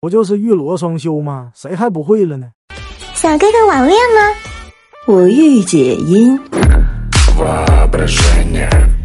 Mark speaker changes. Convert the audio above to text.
Speaker 1: 不就是玉罗双修吗？谁还不会了呢？
Speaker 2: 小哥哥网恋吗？
Speaker 3: 我御姐音。
Speaker 4: воображение.